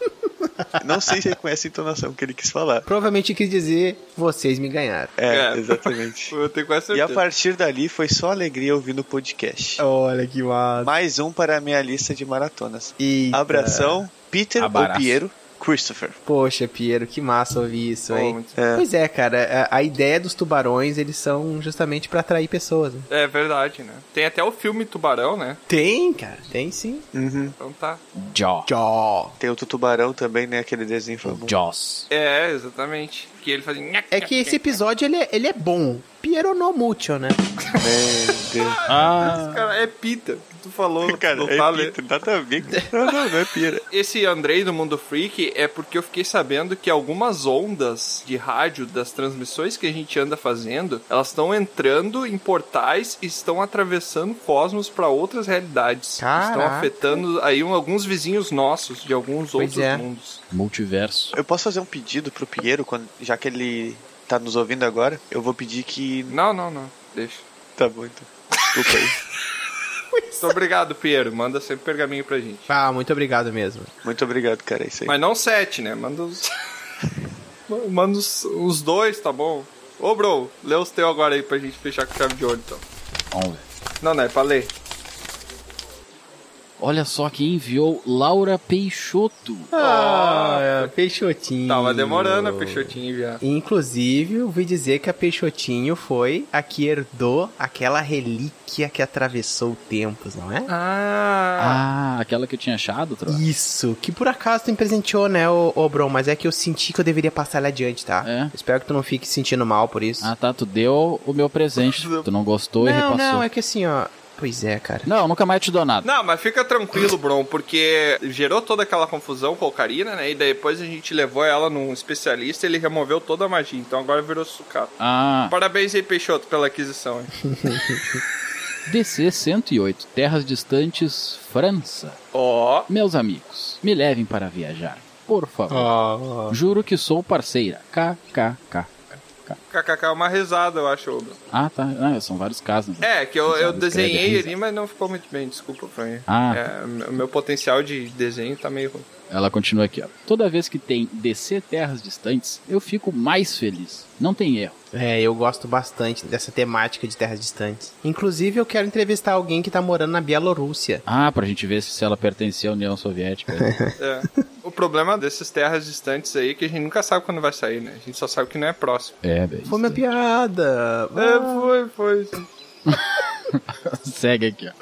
Não sei se é com essa entonação que ele quis falar. Provavelmente quis dizer, vocês me ganharam. É, É. exatamente. Eu tenho quase E a certeza. partir dali foi só alegria ouvindo o podcast. Olha que massa. Mais um para a minha lista de maratonas. E, Abração, Peter ou Abraço. Piero, Christopher. poxa, Piero, que massa ouvir isso, Pô, hein? muito- É. Pois é, cara, a, a ideia dos tubarões, eles são justamente pra atrair pessoas. né? É verdade, né? Tem até o filme Tubarão, né? Tem, cara, tem sim. Uhum. Então tá. Jaw. Tchau. Tem outro tubarão também, né? Aquele desenho famoso. Jaws. É, exatamente. Que ele fazia. É que esse episódio, ele é, ele é bom. Piero no mucho, né? Meu Deus. Ah, Cara, é Peter que tu falou. Cara, não é tá le- pita, nada a ver. Não, não, não é pira. Esse Andrei do Mundo Freak é porque eu fiquei sabendo que algumas ondas de rádio das transmissões que a gente anda fazendo, elas estão entrando em portais e estão atravessando cosmos para outras realidades. Estão Caraca. afetando aí um- alguns vizinhos nossos de alguns Pois outros é. mundos. multiverso. Eu posso fazer um pedido pro Piero, quando, já que ele tá nos ouvindo agora? Eu vou pedir que. Não, não, não. Deixa. Tá bom, então. Desculpa aí. Muito obrigado, Piero. Manda sempre pergaminho pra gente. Ah, muito obrigado mesmo. Muito obrigado, cara. É isso aí. Mas não sete, né? Manda os. Manda os, os dois, tá bom? Ô, bro, lê os teus agora aí pra gente fechar com chave de olho, então. Vamos ver. Não, não, é pra ler. Olha só quem enviou Laura Peixoto. Ah, Peixotinho. é. Tava demorando a Peixotinho enviar. Inclusive, ouvi dizer que a Peixotinho foi a que herdou aquela relíquia que atravessou tempos, não é? Ah, Ah, aquela que eu tinha achado, Tro. Isso, que por acaso tu me presenteou, né, ô, ô Bron? Mas é que eu senti que eu deveria passar ela adiante, tá? É. Espero que tu não fique sentindo mal por isso. Ah, tá, tu deu o meu presente. Tu não gostou e não, repassou. não, é que assim, ó. Pois é, cara. Não, nunca mais te dou nada. Não, mas fica tranquilo, Bron, porque gerou toda aquela confusão com a Ocarina, né? E depois a gente levou ela num especialista e ele removeu toda a magia. Então agora virou sucata. Ah, Parabéns aí, Peixoto, pela aquisição. hein? DC 108, Terras Distantes, França. Ó, Meus amigos, me levem para viajar, por favor. Ah, Ah. Juro que sou parceira. KKK. kkk, é uma rezada, eu acho, ô, Bron. Ah, tá. Ah, são vários casos. né? É, que eu, eu Escreve desenhei risa. ali, mas não ficou muito bem, desculpa, Fran. Ah. É, o meu potencial de desenho tá meio ruim. Ela continua aqui, ó. Toda vez que tem DC Terras Distantes, eu fico mais feliz. Não tem erro. É, eu gosto bastante dessa temática de terras distantes. Inclusive, eu quero entrevistar alguém que tá morando na Bielorrússia. Ah, pra gente ver se ela pertencia à União Soviética. É. o problema dessas terras distantes aí é que a gente nunca sabe quando vai sair, né? A gente só sabe que não é próximo. é, velho. Foi minha piada. É, foi, foi. Segue aqui, ó.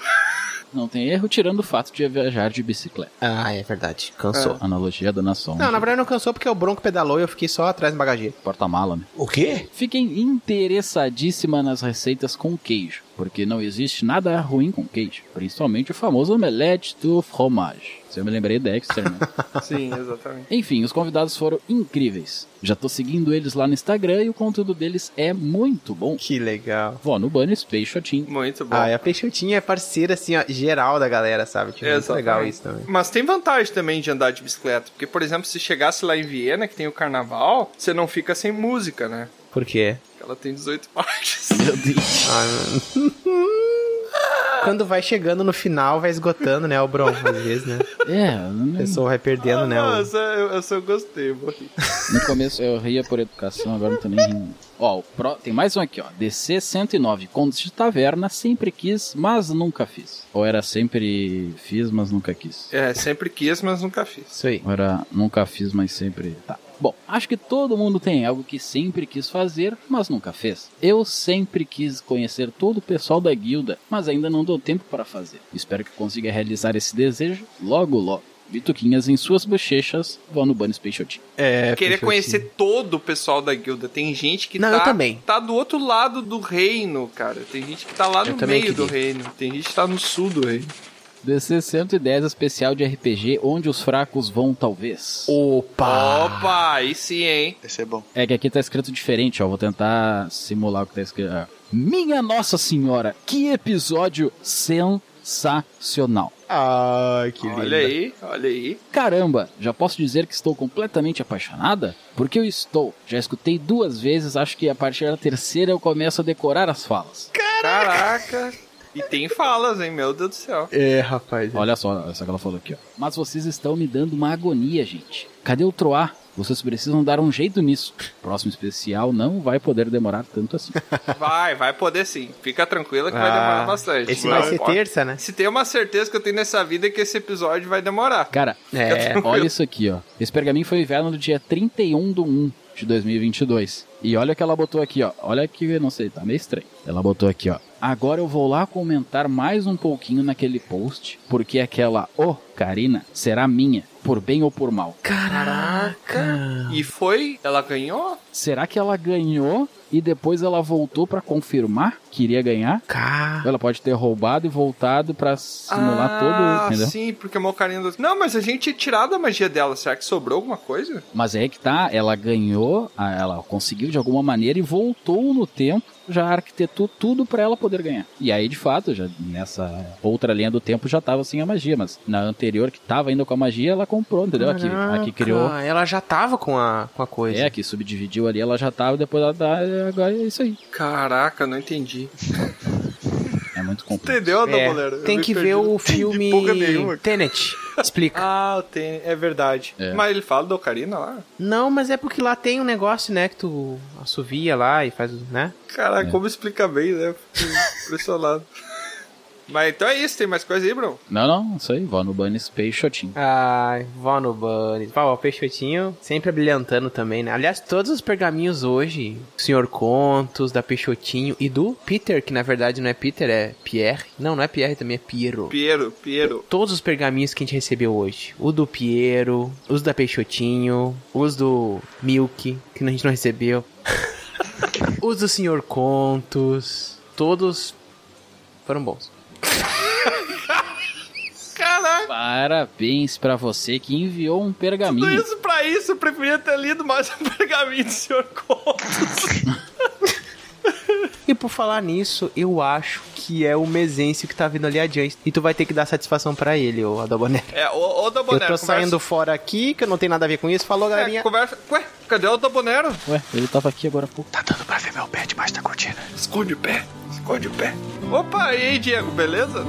Não tem erro, tirando o fato de viajar de bicicleta. Ah, é verdade. Cansou. Analogia da nação. Não, na verdade não cansou porque o Bronco pedalou e eu fiquei só atrás do bagageiro. Porta-mala, né? O quê? Fiquem interessadíssima nas receitas com queijo, porque não existe nada ruim com queijo, principalmente o famoso omelete do fromage. Se eu me lembrei da Dexter, né? Sim, exatamente. Enfim, os convidados foram incríveis. Já tô seguindo eles lá no Instagram e o conteúdo deles é muito bom. Que legal. Vó no Bunny Space Shotin. Muito bom. Ah, e a Peixotinha é parceira, assim, ó, geral da galera, sabe? Tipo, muito Exatamente. legal isso também. Mas tem vantagem também de andar de bicicleta. Porque, por exemplo, se chegasse lá em Viena, que tem o carnaval, você não fica sem música, né? Por quê? Porque Ela tem 18 partes. Meu Deus. Ah, mano. Quando vai chegando no final, vai esgotando, né, o Bronco, às vezes, né? É, A né? pessoa vai perdendo, né? Ah, o- essa, eu, essa eu gostei, vou rir. no começo eu ria por educação, agora não tô nem rindo. Ó, o pro- tem mais um aqui, ó. DC 109. Contos de taverna, sempre quis, mas nunca fiz. Ou era sempre fiz, mas nunca quis. É, sempre quis, mas nunca fiz. Isso aí. Agora, nunca fiz, mas sempre tá. Bom, acho que todo mundo tem algo que sempre quis fazer, mas nunca fez. Eu sempre quis conhecer todo o pessoal da guilda, mas ainda não deu tempo para fazer. Espero que consiga realizar esse desejo logo logo. bituquinhas em suas bochechas vão no Bunny Peixotinho. É, Querer Peixotinho. conhecer todo o pessoal da guilda. Tem gente que Não, tá, eu também. tá do outro lado do reino, cara. Tem gente que tá lá Eu no também meio do queria. reino. Tem gente que tá no sul do reino. DC 110 especial de RPG, onde os fracos vão talvez. Opa! Opa, aí sim, hein? Vai ser bom. É que aqui tá escrito diferente, ó. Vou tentar simular o que tá escrito. Ah. Minha Nossa Senhora, que episódio sensacional. Ai, que Olha aí, olha aí. Caramba, já posso dizer que estou completamente apaixonada? Porque eu estou. Já escutei duas vezes, acho que a partir da terceira eu começo a decorar as falas. Caraca. E tem falas, hein? Meu Deus do céu. É, rapaz. Olha só essa que ela falou aqui, ó. Mas vocês estão me dando uma agonia, gente. Cadê o Troar? Vocês precisam dar um jeito nisso. Próximo especial não vai poder demorar tanto assim. Vai, vai poder sim. Fica tranquila que vai Ah, demorar bastante. Esse vai Não, ser pode- terça, né? Se tem uma certeza que eu tenho nessa vida é que esse episódio vai demorar. Cara, É. olha isso aqui, ó. Esse pergaminho foi enviado no dia 31 de 1 de 2022. E olha o que ela botou aqui, ó. Olha que, eu não sei, tá meio estranho. Ela botou aqui, ó. Agora eu vou lá comentar mais um pouquinho naquele post, porque aquela, ô, Karina, será minha, por bem ou por mal. Caraca! E foi, ela ganhou? Será que ela ganhou e depois ela voltou pra confirmar que iria ganhar? Cara. Ela pode ter roubado e voltado pra simular ah, todo, entendeu? sim, porque é uma carinha do... Não, mas a gente tinha tirado a magia dela. Será que sobrou alguma coisa? Mas é que tá, ela ganhou, a- ela conseguiu de alguma maneira e voltou no tempo, já arquitetou tudo pra ela poder ganhar. E aí, de fato, já nessa outra linha do tempo já tava sem a magia, mas na anterior que tava ainda com a magia, ela comprou, entendeu? Aqui, aqui criou. Caraca, Ah, Ela já tava com a, com a coisa. É, aqui subdividiu ali, ela já tava, depois ela dá, agora é isso aí. Caraca, não entendi. É muito complexo. Entendeu, É, Daboleiro? Eu tem me que perdi ver no- o filme porra nenhuma. Tenet. Explica. Ah, tem, é verdade. É. Mas ele fala da Ocarina lá? Não, mas é porque lá tem um negócio, né, que tu assovia lá e faz, né? Caraca, como explica bem, né? Fico impressionado. Mas então é isso, tem mais coisa aí, Bruno? Não, não, isso aí, vó no Bunny Space Shotinho. Ai, vó no Bunny. Pau, o Peixotinho sempre brilhantando também, né? Aliás, todos os pergaminhos hoje, o Senhor Contos, da Peixotinho e do Peter, que na verdade não é Peter, é Pierre. Não, não é Pierre também, é Piero. Piero, Piero. todos os pergaminhos que a gente recebeu hoje. O do Piero, os da Peixotinho, os do Milk, que a gente não recebeu. os do Senhor Contos. Todos foram bons. Caraca, Parabéns pra você que enviou um tudo pergaminho. isso pra isso, eu preferia ter lido mais o pergaminho do Sr. Contos. E por falar nisso, eu acho que é o Mezencio que tá vindo ali adiante. E tu vai ter que dar satisfação pra ele, ô Adobonero. É, ô, ô Eu Dabonero, tô conversa- saindo né? fora aqui, que eu não tenho nada a ver com isso. Falou, É, galerinha. conversa... Ué, cadê o Dabonero? Ué, ele tava aqui agora há pouco. Tá dando pra ver meu pé tá debaixo da cortina. Esconde o pé, esconde o pé. Opa, e aí, Diego, beleza?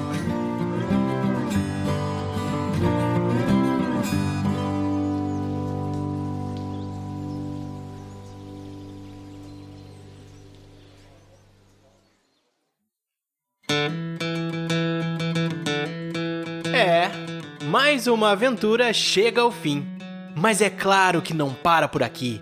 É, mais uma aventura chega ao fim. Mas é claro que não para por aqui.